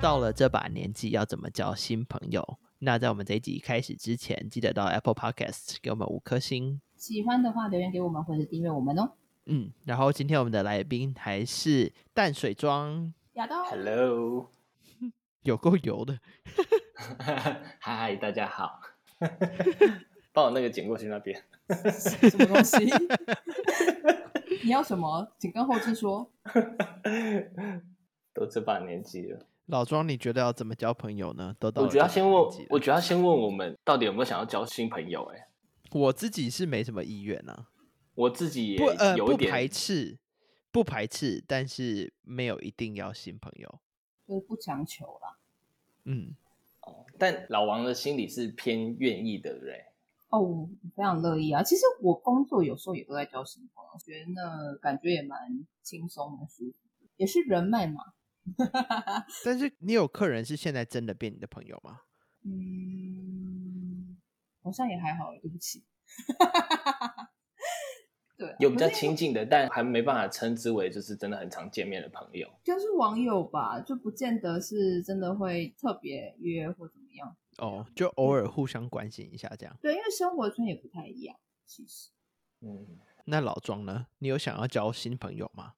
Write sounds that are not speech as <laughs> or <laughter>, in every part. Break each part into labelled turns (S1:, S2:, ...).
S1: 到了这把年纪要怎么交新朋友？那在我们这一集开始之前，记得到 Apple Podcast 给我们五颗星。
S2: 喜欢的话留言给我们，或者订阅我们哦。
S1: 嗯，然后今天我们的来宾还是淡水庄，
S2: 亚东，
S1: <laughs>
S3: Hello，
S1: 有够油的。
S3: 嗨，大家 <laughs> 好。把我那个剪过去那边，
S2: 什么东西？你要什么？请跟后置说。
S3: 都这把年纪了，
S1: 老庄，你觉得要怎么交朋友呢？都到
S3: 我
S1: 了
S3: 觉得要
S1: 这
S3: 先
S1: 把
S3: 问
S1: 年纪了，
S3: 我觉得要先问我们到底有没有想要交新朋友、欸？哎，
S1: 我自己是没什么意愿啊，
S3: 我自己也
S1: 不呃
S3: 有一
S1: 不
S3: 点，
S1: 排斥，不排斥，但是没有一定要新朋友。
S2: 就是不强求啦。
S1: 嗯，
S3: 但老王的心里是偏愿意的人、欸
S2: 哦，我非常乐意啊。其实我工作有时候也都在交新朋友，觉得呢感觉也蛮轻松的、舒服的，也是人脉嘛。
S1: 但是你有客人是现在真的变你的朋友吗？
S2: 嗯，好像也还好，对不起。 <laughs> 对啊，
S3: 有比较
S2: 可是
S3: 亲近的，但还没办法称之为就是真的很常见面的朋友。
S2: 就是网友吧，就不见得是真的会特别约或怎么样。
S1: 哦，就偶尔互相关心一下这样。
S2: 对，因为生活圈也不太一样，其实。
S3: 嗯，
S1: 那老庄呢？你有想要交新朋友吗？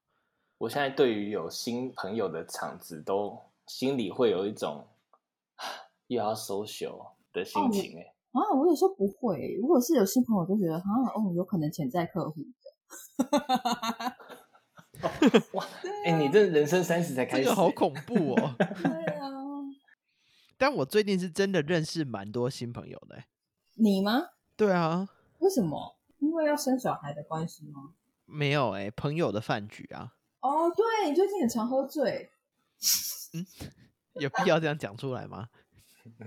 S3: 我现在对于有新朋友的场子，都心里会有一种 <sighs> 啊又要 social 的
S2: 哦
S3: 心
S2: 我
S3: 情、欸。哎、
S2: 啊，我有时候不会，如果是有新朋友，我就觉得啊，哦，有可能潜在客户。
S3: 哇，哎、你这人生三十才开
S1: 这
S3: 始、
S1: 个好
S3: 欸
S1: 恐怖
S3: <laughs>
S1: 哦！
S2: <laughs> 对啊，
S1: 但我最近是真的认识蛮多新朋友的欸。
S2: 你吗？
S1: 对啊，
S2: 为什么？因为要生小孩的关系吗？
S1: 没有哎、朋友的饭局啊，
S2: 哦，对，你最近很常喝醉，
S1: 有必要这样讲出来吗？ <laughs>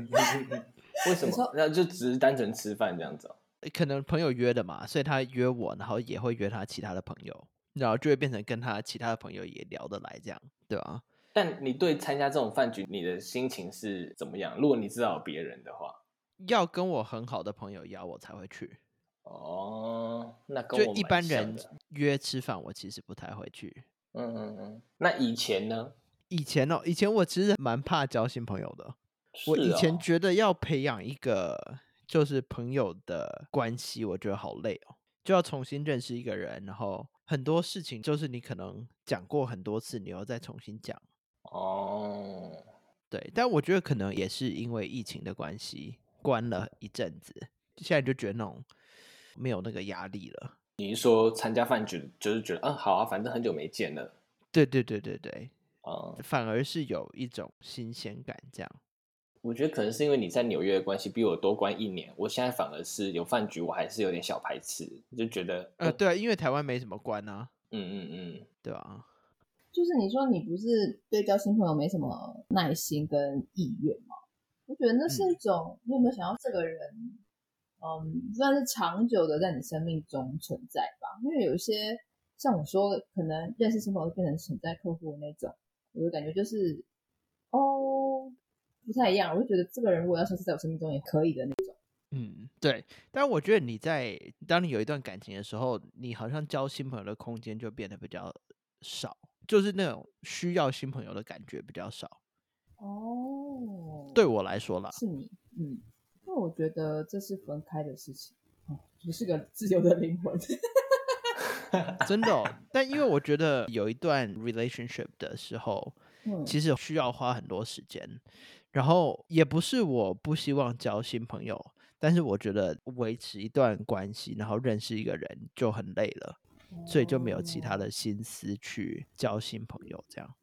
S3: 为什
S2: 你说
S3: 么？那就只是单纯吃饭这样子、哦。
S1: 可能朋友约的嘛，所以他约我，然后也会约他其他的朋友，然后就会变成跟他其他的朋友也聊得来，这样对啊吧、
S3: 但你对参加这种饭局，你的心情是怎么样？如果你知道有别人的话，
S1: 要跟我很好的朋友邀我才会去，
S3: 哦，那跟
S1: 就
S3: 我
S1: 一
S3: 蛮
S1: 般
S3: 像
S1: 人
S3: 的
S1: 约吃饭我其实不太会去。
S3: 嗯嗯嗯。那以前呢？
S1: 以前哦，以前我其实蛮怕交新朋友的，我
S3: 是
S1: 以前
S3: 哦
S1: 觉得要培养一个就是朋友的关系，我觉得好累哦，就要重新认识一个人，然后很多事情就是你可能讲过很多次，你又再重新讲。
S3: 哦，
S1: 对，但我觉得可能也是因为疫情的关系，关了一阵子，现在就觉得那种没有那个压力了。
S3: 你是说参加饭局就是觉得，嗯，好啊，反正很久没见了，
S1: 对对对对对，
S3: 哦、
S1: 反而是有一种新鲜感。这样，
S3: 我觉得可能是因为你在纽约的关系比我多关一年，我现在反而是有饭局，我还是有点小排斥，就觉得，
S1: 呃，对啊，因为台湾没什么关啊，
S3: 嗯嗯嗯，
S1: 对啊，
S2: 就是你说你不是对交新朋友没什么耐心跟意愿吗？我觉得那是一种，你有没有想要这个人，嗯，算是长久的在你生命中存在吧？因为有一些像我说，可能认识新朋友变成潜在客户的那种，我的感觉就是，哦，不太一样。我就觉得这个人如果要消失在我生命中也可以的那种。
S1: 嗯，对。但我觉得你在当你有一段感情的时候，你好像交新朋友的空间就变得比较少，就是那种需要新朋友的感觉比较少。
S2: 哦，
S1: 对我来说啦，
S2: 是你，嗯，那我觉得这是分开的事情。哦，你是个自由的灵魂。
S1: 真的哦、但因为我觉得有一段 relationship 的时候，
S2: 嗯，
S1: 其实需要花很多时间。然后也不是我不希望交新朋友，但是我觉得维持一段关系，然后认识一个人就很累了，所以就没有其他的心思去交新朋友。这样，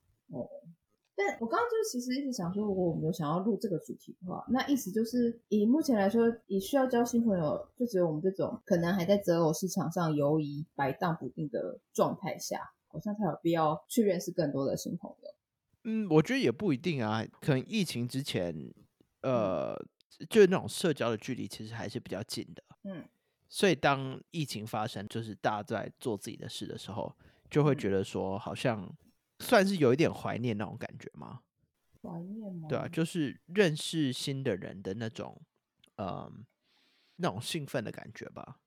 S2: 但我刚刚就是其实一直想说，如果我们有想要录这个主题的话，那意思就是以目前来说，以需要交新朋友，就只有我们这种可能还在择偶市场上游移、摆荡不定的状态下，好像才有必要去认识更多的新朋友。
S1: 嗯，我觉得也不一定啊，可能疫情之前，
S2: 嗯
S1: 呃，就是那种社交的距离其实还是比较近的。
S2: 嗯，
S1: 所以当疫情发生，就是大家在做自己的事的时候，就会
S2: 嗯
S1: 觉得说好像算是有一点怀念那种感觉嘛，
S2: 怀念吗？
S1: 对啊，就是认识新的人的那种，嗯、那种兴奋的感觉吧。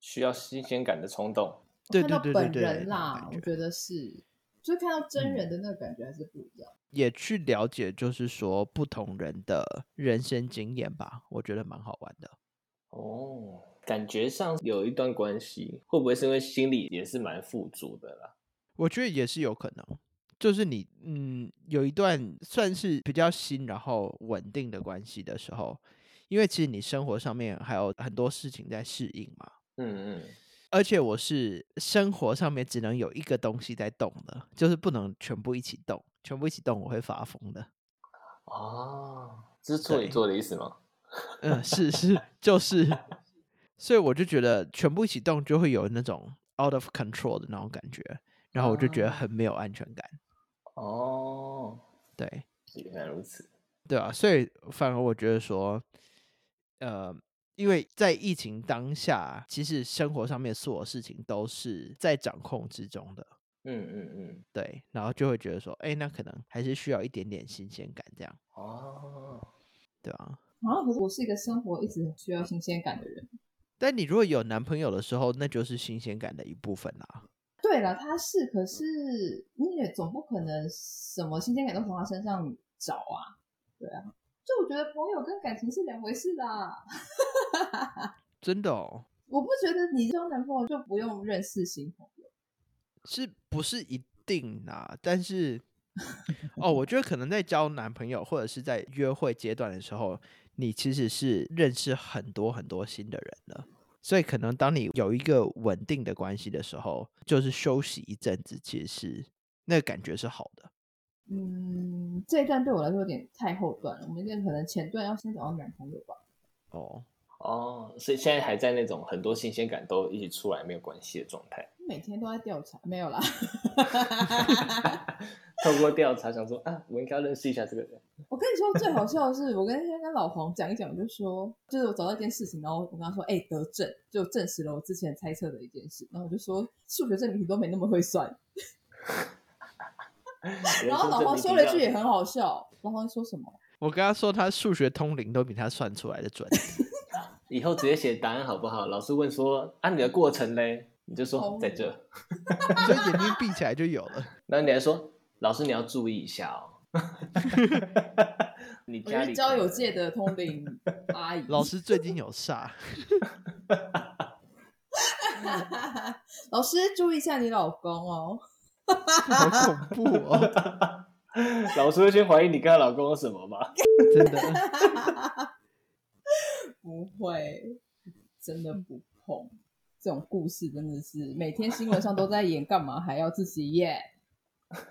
S3: 需要新鲜感的冲动，
S2: 我
S1: 对
S2: 哦看到
S1: 对对对
S2: 本
S1: 对
S2: 人
S1: 那种
S2: 啦，
S1: 感
S2: 我
S1: 觉
S2: 觉得是就是看到真人的那个感觉还是不一样。
S1: 也去了解，就是说不同人的人生经验吧，我觉得蛮好玩的。
S3: 哦，感觉上有一段关系，会不会是因为心里也是蛮富足的啦？
S1: 我觉得也是有可能，就是你嗯有一段算是比较新然后稳定的关系的时候，因为其实你生活上面还有很多事情在适应嘛，
S3: 嗯嗯，
S1: 而且我是生活上面只能有一个东西在动的，就是不能全部一起动，全部一起动我会发疯的。
S3: 哦，这是处女
S1: 对
S3: 座的意思吗？
S1: 嗯，是是就是，所以我就觉得全部一起动就会有那种 out of control 的那种感觉，然后我就觉得
S3: 啊
S1: 很没有安全感。
S3: 哦，
S1: 对，
S3: 原来如此。
S1: 对啊，所以反而我觉得说，呃，因为在疫情当下，其实生活上面所有事情都是在掌控之中的，
S3: 嗯嗯嗯，
S1: 对，然后就会觉得说，哎，那可能还是需要一点点新鲜感，这样，
S3: 哦，
S1: 对啊。
S2: 好像可是我是一个生活一直很需要新鲜感的人。
S1: 但你如果有男朋友的时候，那就是新鲜感的一部分啦。
S2: 对了，他是，可是你也总不可能什么新鲜感都从他身上找啊。对啊，就我觉得朋友跟感情是两回事啦。
S1: 真的哦，
S2: 我不觉得你交男朋友就不用认识新朋友。
S1: 是不是一定啦？但
S2: <laughs>
S1: 是，哦，我觉得可能在交男朋友或者是在约会阶段的时候，你其实是认识很多很多新的人了。所以，可能当你有一个稳定的关系的时候，就是休息一阵子，其实是那个感觉是好的。
S2: 嗯，这一段对我来说有点太后段了，我们现在可能前段要先找到男朋友吧。
S1: 哦，
S3: 哦，所以现在还在那种很多新鲜感都一起出来没有关系的状态。
S2: 每天都在调查，没有啦。 <laughs>
S3: 透过调查想说啊，我应该要认识一
S2: <laughs>
S3: 下这个人。
S2: 我跟你说最好笑的是，我跟那天跟老黄讲一讲，我就说，就是我找到一件事情，然后我跟他说，哎、得证，就证实了我之前猜测的一件事。然后我就说，数学这题都没那么会算。然后老黄说了一句 <laughs> 也很好笑，老黄说什么？
S1: 我跟他说他数学通灵都比他算出来的
S2: <laughs>
S1: 准，
S3: 以后直接写答案好不好？老师问说啊，你的过程嘞，你就说
S2: 哦
S3: 在这。
S1: 所以眼睛闭起来就有了。
S3: 然后你还说老师你要注意一下哦。 <laughs> 你
S2: 我
S3: 家
S2: 是
S3: 里
S2: 交友
S3: 可能
S2: 界的
S1: <laughs>
S2: 通灵阿姨。
S1: 老师最近有煞，
S2: <laughs> 老师注意一下你老公哦。
S1: 好恐怖
S2: <laughs>
S1: 哦，
S3: 老师会先怀疑你跟她老公有什么吧？
S1: 真的。
S2: 不会，真的不碰。这种故事真的是每天新闻上都在演，干嘛还要自己演？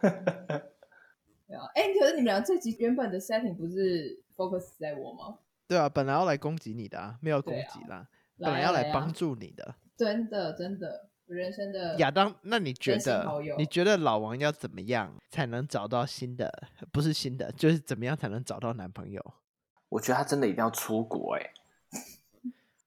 S2: 对啊，哎、可是你们俩这集原本的 setting 不是 focus 在我吗？
S1: 对啊，本来要来攻击你的、啊，没有攻
S2: 对啊
S1: 击啦，本来
S2: 啊
S1: 要
S2: 来
S1: 来
S2: 啊
S1: 帮助你的。
S2: 真的真的，我人生的
S1: 亚当，那你觉
S2: 真心
S1: 得
S2: 好友
S1: 你觉得老王要怎么样才能找到新的？不是新的，就是怎么样才能找到男朋友？
S3: 我觉得他真的一定要出国哎、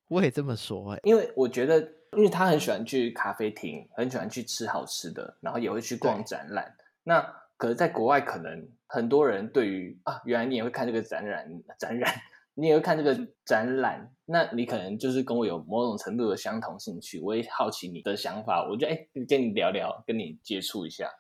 S1: 我也这么说哎、
S3: 因为我觉得，因为他很喜欢去咖啡厅，很喜欢去吃好吃的，然后也会去逛
S1: 对
S3: 展览。那可是，在国外可能很多人对于啊，原来你也会看这个展览，展览，你也会看这
S1: 嗯
S3: 个展览，那你可能就是跟我有某种程度的相同兴趣，我也好奇你的想法，我就哎跟你聊聊，跟你接触一下，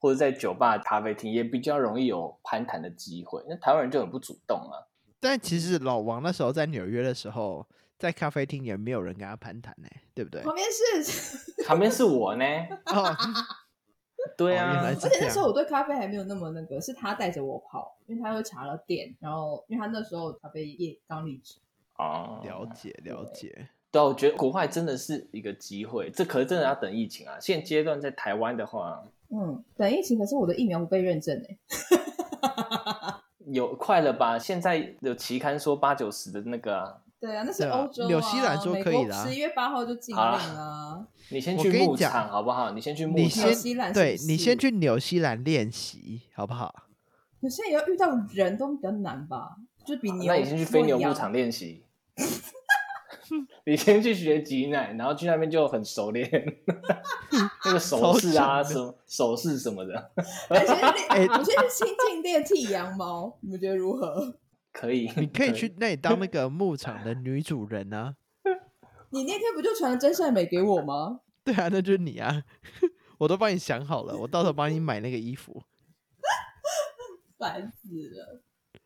S3: 或者在酒吧、咖啡厅也比较容易有攀谈的机会。那台湾人就很不主动啊，
S1: 但其实老王那时候在纽约的时候，在咖啡厅也没有人跟他攀谈哎、对不
S2: <laughs>
S1: 对？
S2: 旁边是，
S3: 旁边是我
S1: <laughs>
S3: 呢，
S1: 哦，
S3: 对
S1: 哦原
S3: 啊
S1: 来，
S2: 而
S1: 是
S2: 且
S1: 这
S2: 那
S1: 样
S2: 时候我对咖啡还没有那么那个，是他带着我跑，因为他又查了店，然后因为他那时候咖啡业刚离职，
S3: 哦
S1: 了解了解，
S3: 对啊，我觉得国外真的是一个机会，这可是真的要等疫情啊。现阶段在台湾的话，
S2: 嗯，等疫情，可是我的疫苗不被认证哎、
S3: 有快了吧？现在有期刊说八九十的那个啊、
S2: 对啊，那是
S1: 对啊
S2: 欧洲、啊
S1: 纽西兰说可以的啊
S2: 十一月八号就禁令啊。
S3: 你先
S1: 我
S3: 去
S1: 跟你
S3: 牧
S1: 讲
S3: 场好不好？你先去牧
S1: 你
S3: 场
S1: 先
S2: 纽，西兰是
S1: 对
S2: 不
S1: 你先
S2: 是
S1: 去纽西兰练习好不
S2: <laughs>
S1: 好？
S2: 有些也要遇到人都比较难吧，就比牛。
S3: 啊那你先去飞牛牧
S2: 牧 <laughs>
S3: 场。练习。 <laughs> 你先去学挤奶，然后去那边就很熟练， <laughs> 那个手势
S1: 超强
S3: 啊，
S1: 的
S3: 什么手势什么的，
S2: 我先 <laughs> 去
S1: 哎
S2: 练，我先去亲近练剃羊毛，你们觉得如何？
S3: 可以。
S1: 你可以去那里当那个牧场的女主人啊。 <laughs>
S2: 你那天不就传了真善美给我吗？
S1: 对啊，那就是你啊！ <laughs> 我都帮你想好了，我到时候帮你买那个衣服。
S2: 烦死了。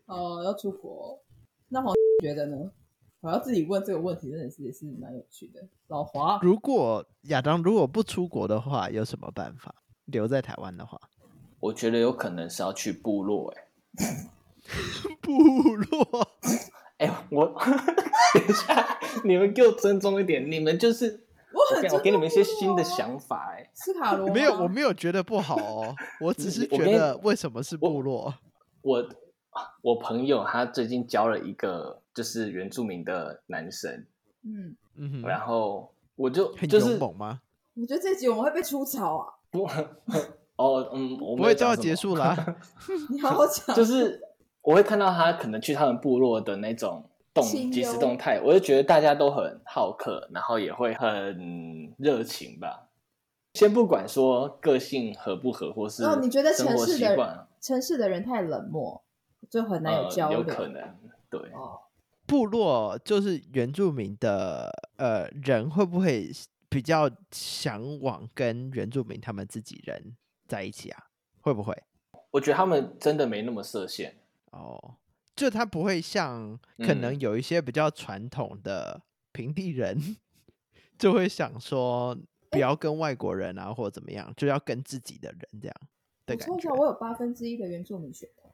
S2: 哦，要出国，那黄觉得呢？我要自己问这个问题，真的是也是蛮有趣的。老黄，
S1: 如果亚当如果不出国的话，有什么办法？留在台湾的话，
S3: 我觉得有可能是要去部落、欸，
S1: 部落
S3: 哎、哎，我 <laughs> 等一下，你们给我尊重一点，你们就是
S2: 我 <laughs>
S3: 我
S2: 很
S3: 给我
S2: 尊
S3: 给你
S2: 重
S3: 们一些
S2: 部落
S3: 新的
S2: 啊
S3: 想法、哎，
S2: 斯卡
S1: <laughs>
S2: 罗
S1: 没有，
S2: 吗
S1: 我没有觉得不好
S3: <laughs>
S1: 哦，我只是
S3: 我
S1: 觉
S3: 跟你
S1: 得为什么是部落？
S3: 我啊我朋友他最近交了一个就是原住民的男生，
S2: 嗯，
S1: 嗯
S3: 然
S1: 哼，
S3: 后我就
S1: 很
S3: 啊就
S1: 勇
S3: 是
S1: 猛吗？
S2: 我觉得这集我们会被出草啊！
S3: 哦，嗯，
S1: 不
S3: 我没
S1: 会就
S3: 有讲
S1: 要
S3: 什
S1: 结
S3: 么
S1: 束啦？
S2: 你好好讲，
S3: <laughs> 就是我会看到他可能去他们部落的那种动
S2: 清
S3: 即时
S2: 幽
S3: 动态，我就觉得大家都很好客，然后也会很热情吧。先不管说个性合不合，或是
S2: 哦你觉得
S3: 生
S2: 城
S3: 活
S2: 市
S3: 习
S2: 的
S3: 惯，
S2: 城市的人太冷漠，就很难有
S3: 呃，
S2: 交流。
S3: 有可能对。
S2: 哦，
S1: 部落就是原住民的呃人会不会比较向往跟原住民他们自己人在一起啊？会不会？
S3: 我觉得他们真的没那么设限，
S1: 哦，就他不会像可能
S3: 嗯
S1: 有一些比较传统的平地人， <laughs> 就会想说不要跟外国人啊，或者怎么样，就要跟自己的人这样的
S2: 我
S1: 感
S2: 抽一
S1: 觉
S2: 下，。我有八分之一的原住民血统，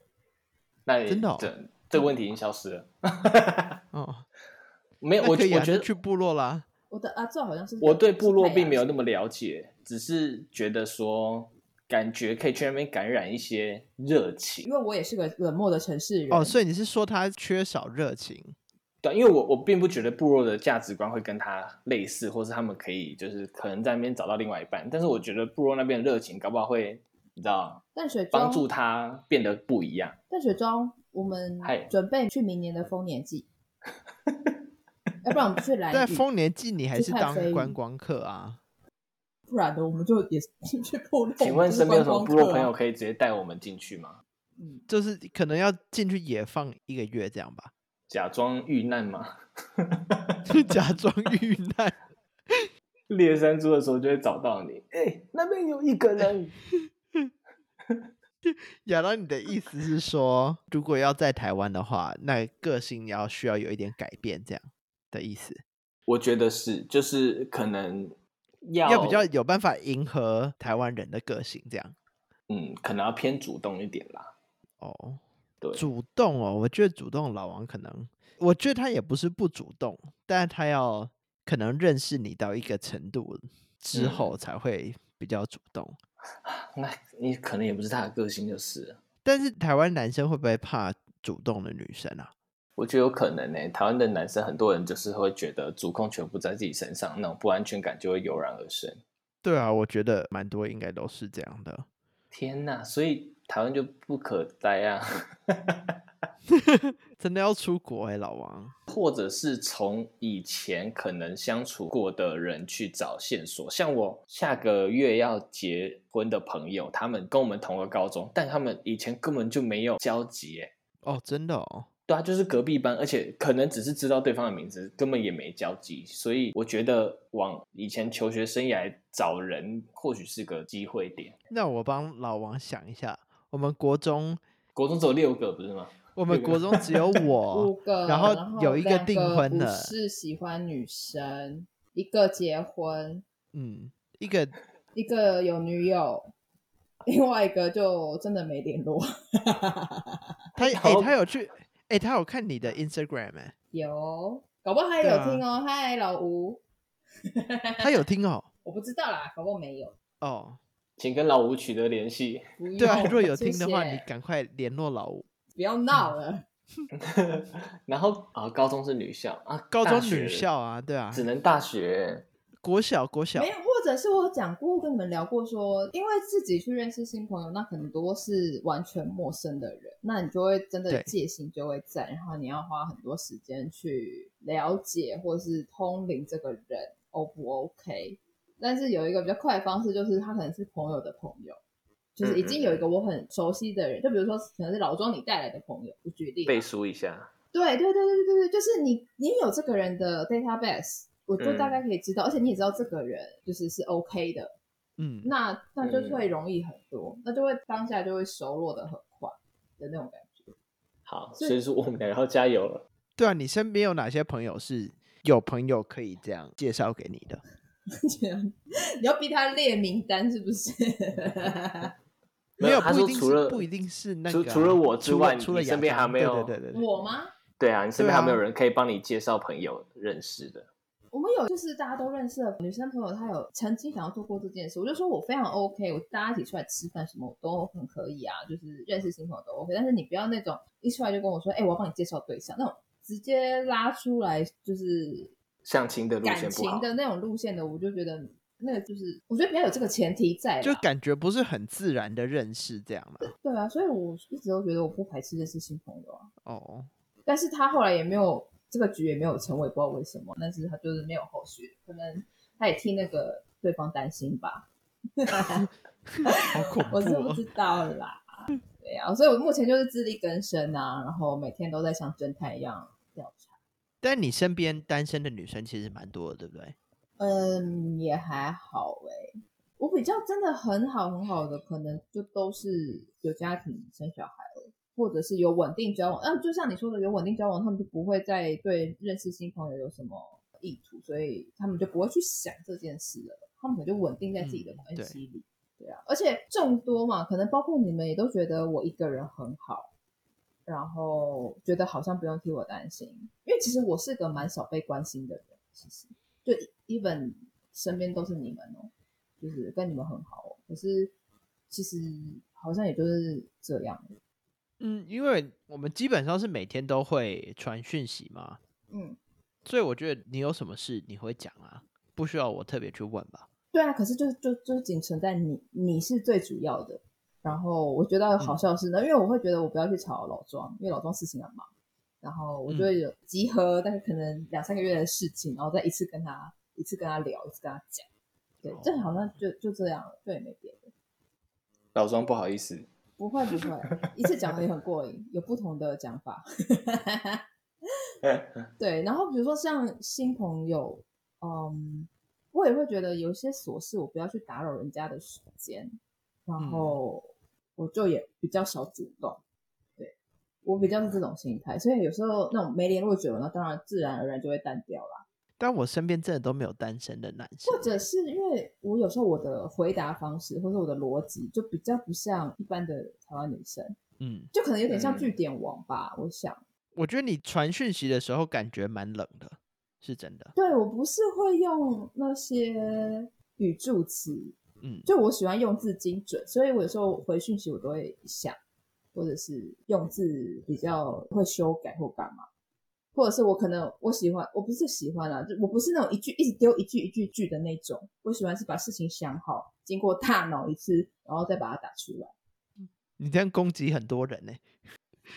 S3: 那也
S1: 真的哦
S3: 这这个问题已经消失了。
S1: 哦，
S3: 没有，
S1: 那
S3: 我
S1: 可以
S3: 我
S1: 啊
S3: 觉
S1: 就去啊
S3: 得
S1: 部落啦。
S2: 我的阿壮好像是
S3: 我对部落并没有那
S2: 么
S3: 么了解，只是觉得说感觉可以去那边感染一些热情
S2: 因。为我也是个冷漠的城市人
S1: 哦，所以你是说他缺少热情？
S3: 对，啊因为我我并不觉得部落的价值观会跟他类似，或是他们可以就是可能在那边找到另外一半，但是我觉得部落那边的热情搞不好会你知道
S2: 淡水庄
S3: 帮助他变得不一样。
S2: 淡水庄，我们
S3: 嗨
S2: 准备去明年的丰年
S3: <laughs>
S2: 祭，要不然我们去兰
S1: 在
S2: 屿，
S1: 丰年祭你还
S2: 去
S1: 是
S2: 看
S1: 当
S2: 飞鱼
S1: 观光客啊？
S2: 不然的我们就也是去部落。
S3: 请
S2: 我们
S3: 问
S2: 就是
S3: 身边有什么
S2: 观
S3: 部
S2: 光
S3: 落
S2: 客啊
S3: 朋友？可以直接带我们进去吗？
S2: 嗯，
S1: 就是可能要进去野放一个月这样吧， <laughs>
S3: 假装遇难吗？ <laughs>
S1: 就假装遇难。
S3: 猎山猪的时候就会找到你。哎、那边有一个人。
S1: 亚当，你的意思是说，如果要在台湾的话，那个性要需要有一点改变，这样的意思，
S3: 我觉得是，就是可能要
S1: 要比较有办法迎合台湾人的个性，这样
S3: 嗯，可能要偏主动一点啦。
S1: 哦。
S3: 对，
S1: 主动哦，我觉得主动老王可能，我觉得他也不是不主动，但他要可能认识你到一个程度之
S3: 嗯
S1: 后才会比较主动。
S3: 那你可能也不是他的个性，就是了
S1: 但是台湾男生会不会怕主动的女生啊？
S3: 我觉得有可能呢、台湾的男生很多人就是会觉得主控权不在自己身上，那种不安全感就会油然而生。
S1: 对啊，我觉得蛮多应该都是这样的。 <laughs>
S3: 天呐，所以台湾就不可待啊，
S1: 真的要出国哎、老王。
S3: 或者是从以前可能相处过的人去找线索。像我下个月要结婚的朋友，他们跟我们同个高中，但他们以前根本就没有交集、欸，
S1: 哦，真的哦，
S3: 对啊，就是隔壁班，而且可能只是知道对方的名字，根本也没交集，所以我觉得往以前求学生涯找人，或许是个机会点。
S1: 那我帮老王想一下，我们国中，
S3: 国中只有六个，不是吗？
S1: 我们
S3: 对
S1: 国中
S3: <laughs>
S1: 只有
S2: 五
S1: 我，
S2: 个，
S1: 哦然后有一个
S2: 两
S1: 订婚
S2: 不
S1: 了
S2: 是喜欢女生，一个结婚，
S1: 嗯，一个
S2: 一个有女友，另外一个就真的没联络。 <laughs>
S1: 他哎、
S3: 后
S1: 他有去哎、他有看你的 Instagram 哎、
S2: 有，搞不好他也
S1: 对
S2: 有
S1: 啊
S2: 听哦。嗨、老吴，
S1: 他
S3: <laughs>
S1: 有听哦
S2: 我不知道啦，搞不好没有。
S1: 哦，
S3: 请跟老吴取得联系。
S2: 不用，
S1: 对啊，如果有听
S2: 谢
S1: 的话，
S2: 谢
S1: 你赶快联络老吴。
S2: 不要闹了。
S3: 然后啊，高中是女校啊，
S1: 高中
S3: 大
S1: 女
S3: 学
S1: 校啊，对啊，
S3: 只能大学。
S1: 国小国小
S2: 没，有，或者是我有讲过跟你们聊过说，因为自己去认识新朋友，那很多是完全陌生的人，那你就会真的
S1: 对
S2: 戒心就会在，然后你要花很多时间去了解或是通灵这个人 O 不 OK。但是有一个比较快的方式，就是他可能是朋友的朋友，就是已经有一个我很熟悉的人，就比如说可能是老庄你带来的朋友，我举例啊，
S3: 背书一下，
S2: 对对对对对对，就是你你有这个人的 database，我就大概可以知道，而且你也知道这个人就是是 OK 的，
S1: 嗯，
S2: 那那就会容易很多，那就会当下就会熟络的很快的那种感觉。 <laughs>
S3: 好，
S2: 所
S3: 所
S2: 以
S3: 以说我们俩要加油了。
S1: 对啊，你身边有哪些朋友是有朋友可以这样介绍给你的？
S2: 这样你要逼他列名单是不是？ <laughs>
S1: 没
S3: 有，
S1: 有，
S3: 他
S1: 不一
S3: 说
S1: 定
S3: 除
S1: 是
S3: 了
S1: 不一定是那
S3: 除
S1: 个啊、
S3: 除了我之
S1: 除
S3: 外，
S1: 除
S3: 你
S1: 了
S3: 身
S1: 亚
S3: 边还
S1: 当
S3: 没
S1: 对
S3: 有
S1: 对对对对，
S2: 我吗？
S3: 对啊，你身
S1: 对
S3: 边
S1: 啊
S3: 还没有人可以帮你介绍朋友认识的。
S2: 我们有就是大家都认识的女生朋友，她有曾经想要做过这件事，我就说我非常 OK，我大家一起出来吃饭什么我都很可以啊，就是认识新朋友都 OK，但是你不要那种一出来就跟我说，哎、我要帮你介绍对象那种。直接拉出来就是
S3: 相亲的路
S2: 感
S3: 线不
S2: 情
S3: 好，
S2: 的那种路线的，我就觉得那个就是，我觉得比较有这个前提在啦，
S1: 就感觉不是很自然的认识这样嘛。
S2: 对啊，所以我一直都觉得我不排斥认识新朋友啊，
S1: 哦，
S2: 但是他后来也没有这个局也没有成，我也不知道为什么，但是他就是没有后续，可能他也替那个对方担心吧，
S1: <laughs> 好恐怖、
S2: 我是不
S1: 哦！
S2: 知道啦。对啊，所以我目前就是自力更生啊，然后每天都在像侦探一样调查。
S1: 但你身边单身的女生其实蛮多的，对不对？
S2: 嗯，也还好诶、我比较真的很好很好的，可能就都是有家庭生小孩了，或者是有稳定交往。嗯、就像你说的，有稳定交往，他们就不会再对认识新朋友有什么意图，所以他们就不会去想这件事了。他们可能就稳定在自己的
S1: 嗯
S2: 关
S1: 对
S2: 系里。对啊，而且众多嘛，可能包括你们也都觉得我一个人很好，然后觉得好像不用替我担心，因为其实我是个蛮少被关心的人，其实就 even 身边都是你们哦，就是跟你们很好哦，可是其实好像也就是这样，
S1: 嗯，因为我们基本上是每天都会传讯息嘛，
S2: 嗯，
S1: 所以我觉得你有什么事你会讲啊，不需要我特别去问吧。
S2: 对啊，可是就就就仅存在你，你是最主要的。然后我觉得好笑的是呢，因为我会觉得我不要去吵老庄，因为老庄事情很忙，然后我就会有集合大概可能两三个月的事情，然后再一次跟他一次跟他聊，一次跟他讲，对
S1: 哦，
S2: 这好像就就这样了，对，没别的，
S3: 老庄不好意思， <laughs>
S2: 不会不会，一次讲的也很过瘾，有不同的讲法，
S3: 哎
S2: 对，然后比如说像新朋友，嗯，我也会觉得有一些琐事我不要去打扰人家的时间，然
S1: 嗯
S2: 后我就也比较少主动，对我比较是这种心态，所以有时候那种没联络久了，那当然自然而然就会淡掉啦。
S1: 但我身边真的都没有单身的男生
S2: 或，者是因为我有时候我的回答方式或者我的逻辑就比较不像一般的台湾女生，
S1: 嗯，
S2: 就可能有点像
S3: 嗯
S2: 据点王吧，我想。
S1: 我觉得你传讯息的时候感觉蛮冷的，是真的，
S2: 对我不是会用那些语助词，
S1: 嗯，
S2: 就我喜欢用字精准，所以我有时候回讯息我都会想，或者是用字比较会修改或干嘛，或者是我可能我喜欢，我不是喜欢啦，就我不是那种一句一直丢一句一句句的那种，我喜欢是把事情想好，经过大脑一次，然后再把它打出来。
S1: 你这样攻击很多人呢、欸 <laughs>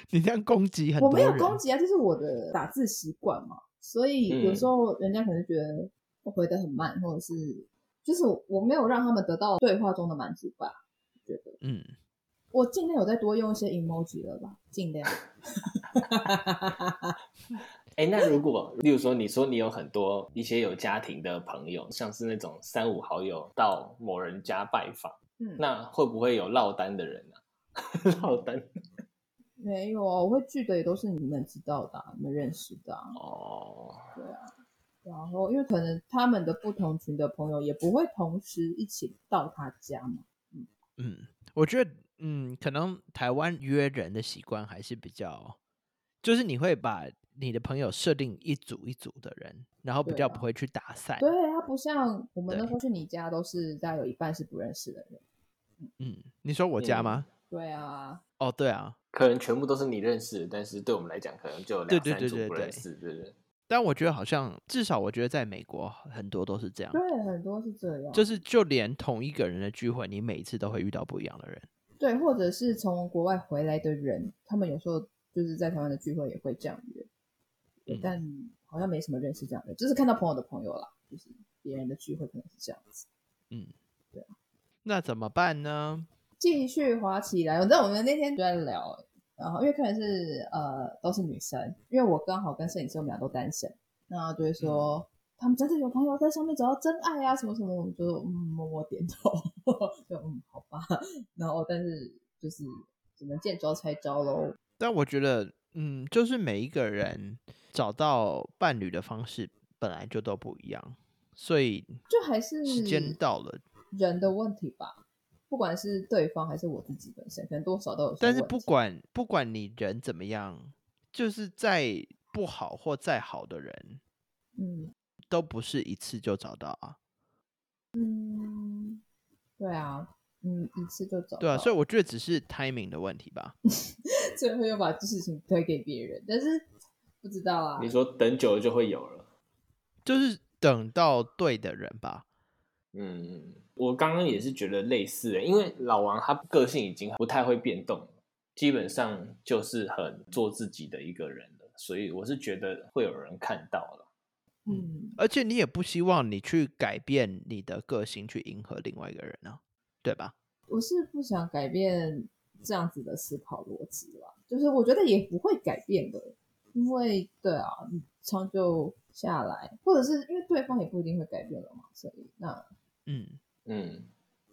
S1: 你这样攻击很
S2: 我
S1: 多
S2: 没
S1: 人，
S2: 有攻击啊，就是我的打字习惯嘛，所以有
S1: 嗯
S2: 时候人家可能觉得我回的很慢，或者是就是我没有让他们得到对话中的满足吧，我觉得。
S1: 嗯，
S2: 我尽量有再多用一些 emoji 了吧，尽量。
S3: 哎，那如果例如说你说你有很多一些有家庭的朋友，像是那种三五好友到某人家拜访，
S2: 嗯，
S3: 那会不会有落单的人呢、啊？ <laughs> 落单
S2: 没有啊，我会聚的也都是你们知道的啊、你们认识的啊。
S3: 哦，
S2: 然后，因为可能他们的不同群的朋友也不会同时一起到他家嘛。
S1: 嗯，我觉得，嗯，可能台湾约人的习惯还是比较，就是你会把你的朋友设定一组一组的人，然后比
S2: 对
S1: 较
S2: 啊
S1: 不会去打散。
S2: 对，他不像我们
S1: 对
S2: 那时候去你家，都是大概有一半是不认识的人。
S1: 嗯，你说我家
S3: 嗯
S1: 吗？
S2: 对啊，
S1: 哦，对啊，
S3: 可能全部都是你认识的，但是对我们来讲，可能就有
S1: 对
S3: 两
S1: 对
S3: 三
S1: 对
S3: 组
S1: 对
S3: 不
S1: 对
S3: 认识，对不对？
S1: 但我觉得好像，至少我觉得在美国很多都是这样，
S2: 对，很多是这样。
S1: 就是就连同一个人的聚会，你每一次都会遇到不一样的人。
S2: 对，或者是从国外回来的人，他们有时候就是在台湾的聚会也会这样约，对
S1: 嗯
S2: 但好像没什么认识这样的，就是看到朋友的朋友啦，就是别人的聚会可能是这样子。
S1: 那怎么办呢？
S2: 继续滑起来，我知道我们那天就在聊，然后因为客人是呃都是女生，因为我刚好跟摄影师我们俩都单身，那就会说、他们真的有朋友在上面找到真爱啊，什么什么，我就嗯默默点头， <laughs> 就嗯好吧。然后但是就是只能见招拆招喽。
S1: 但我觉得，嗯，就是每一个人找到伴侣的方式本来就都不一样，所以
S2: 就还是
S1: 时间到了，
S2: 人的问题吧，不管是对方还是我自己本身，可能多少都有些
S1: 但是
S2: 问
S1: 不
S2: 题
S1: 管不管你人怎么样，就是再不好或再好的人，
S2: 嗯
S1: 都不是一次就找到啊。
S2: 嗯，对啊，嗯，一次就走。
S1: 对啊，所
S2: 以
S1: 以我觉得只是 timing 的问题吧。
S2: 最后又把事情推给别人，但是不知道啊
S3: 你，说等久了就会有了。
S1: 就是等到对的人吧。
S3: 嗯，我刚刚也是觉得类似欸的，因为老王他个性已经不太会变动了，基本上就是很做自己的一个人了，所以我是觉得会有人看到了。
S2: 嗯，
S1: 而且你也不希望你去改变你的个性去迎合另外一个人啊，对吧？
S2: 我是不想改变这样子的思考逻辑啦，就是我觉得也不会改变的，因为对啊，你长久下来，或者是因为对方也不一定会改变了嘛，所以那
S1: 嗯，
S3: 嗯，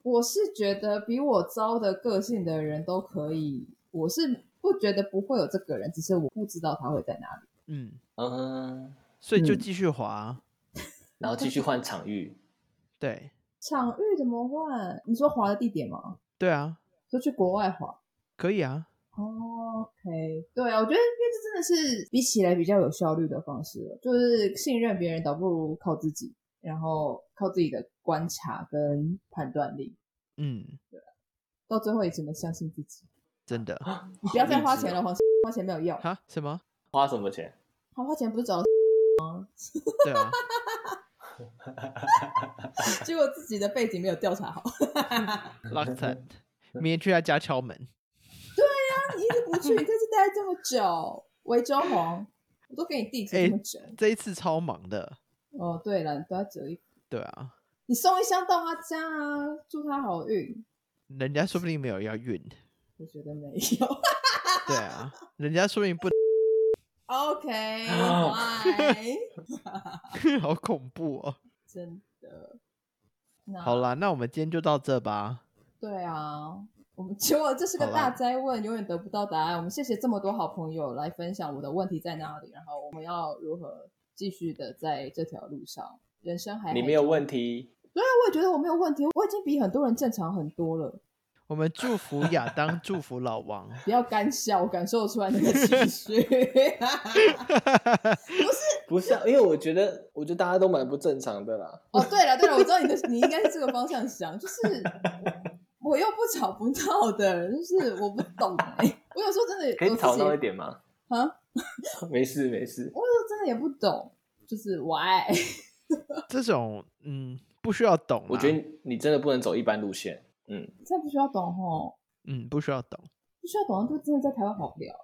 S2: 我是觉得比我糟的个性的人都可以，我是不觉得不会有这个人，只是我不知道他会在哪里。
S1: 嗯，
S3: 嗯，
S1: 所以就
S2: 嗯
S1: 继续滑啊、
S3: 然后继续换场域，
S1: 对
S2: 场域怎么换？你说滑的地点吗？
S1: 对啊，
S2: 就去国外滑。
S1: 可以啊，
S2: 哦 OK，对啊，我觉得因为这真的是比起来比较有效率的方式了，就是信任别人，倒不如靠自己，然后靠自己的观察跟判断力，
S1: 嗯，
S2: 到最后也只能相信自己。
S1: 真的
S3: 啊
S2: 你不要再花钱了，黄花钱没有用，
S1: 哈？什
S3: <laughs>
S1: 么？
S3: 花什么钱？
S2: 他花钱不是找到
S1: 对啊，
S2: <laughs> 结果自己的背景没有调查好， <laughs> 啊
S1: lock
S3: <laughs>
S1: that，明天去他家敲门。
S2: 那你一直不去，你在这待这么久，维州红，我都给你地址
S1: 哎
S2: 这么久。
S1: 这一次超忙的，
S2: 哦，对了，你都要折一，
S1: 对啊，
S2: 你送一箱到他家啊，祝他好运。
S1: 人家说不定没有要运，
S2: 我觉得没有。
S1: 对啊，人家说不定不
S2: OK，
S3: 哦
S2: why？
S1: <laughs> 好恐怖哦。
S2: 真的。那
S3: 啊
S1: 好，啦，那我们今天就到这吧。
S2: 对啊，我们结果这是个
S1: 好啦
S2: 大灾问，永远得不到答案。我们谢谢这么多好朋友来分享我的问题在哪里，然后我们要如何继续的在这条路上。人生还
S3: 你没有问题，
S2: 对啊，我也觉得我没有问题，我已经比很多人正常很多了。
S1: 我们祝福亚当，祝福老王。
S2: 不要干笑，我感受出来那个情绪。
S3: 不是、啊？因为我觉得，我觉得大家都蛮不正常的啦。 <laughs>
S2: 哦，对了对了，我知道你的，你应该是这个方向想，就是我又不吵不闹的，就是我不懂哎、我有时候真的
S3: 可以
S2: 我
S3: 吵
S2: 自己
S3: 闹一
S2: 也
S3: 点吗？
S2: 啊，
S3: <laughs> 没事没事，
S2: 我有时候真的也不懂，就是 why？ <laughs>
S1: 这种嗯，不需要懂啦，
S3: 我觉得你真的不能走一般路线。嗯，
S2: 真的不需要懂吼，
S1: 嗯，不需要懂，
S2: 不需要懂，就真的在台湾好聊。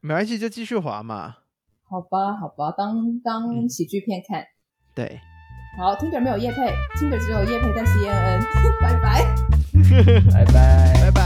S1: 没关系，就继续滑嘛。
S2: 好吧，好吧，当当
S1: 嗯
S2: 喜剧片看。
S1: 对，
S2: 好，Tinder 没有叶配，Tinder 只有叶配在 CNN，拜拜。
S3: 拜拜
S1: 拜拜。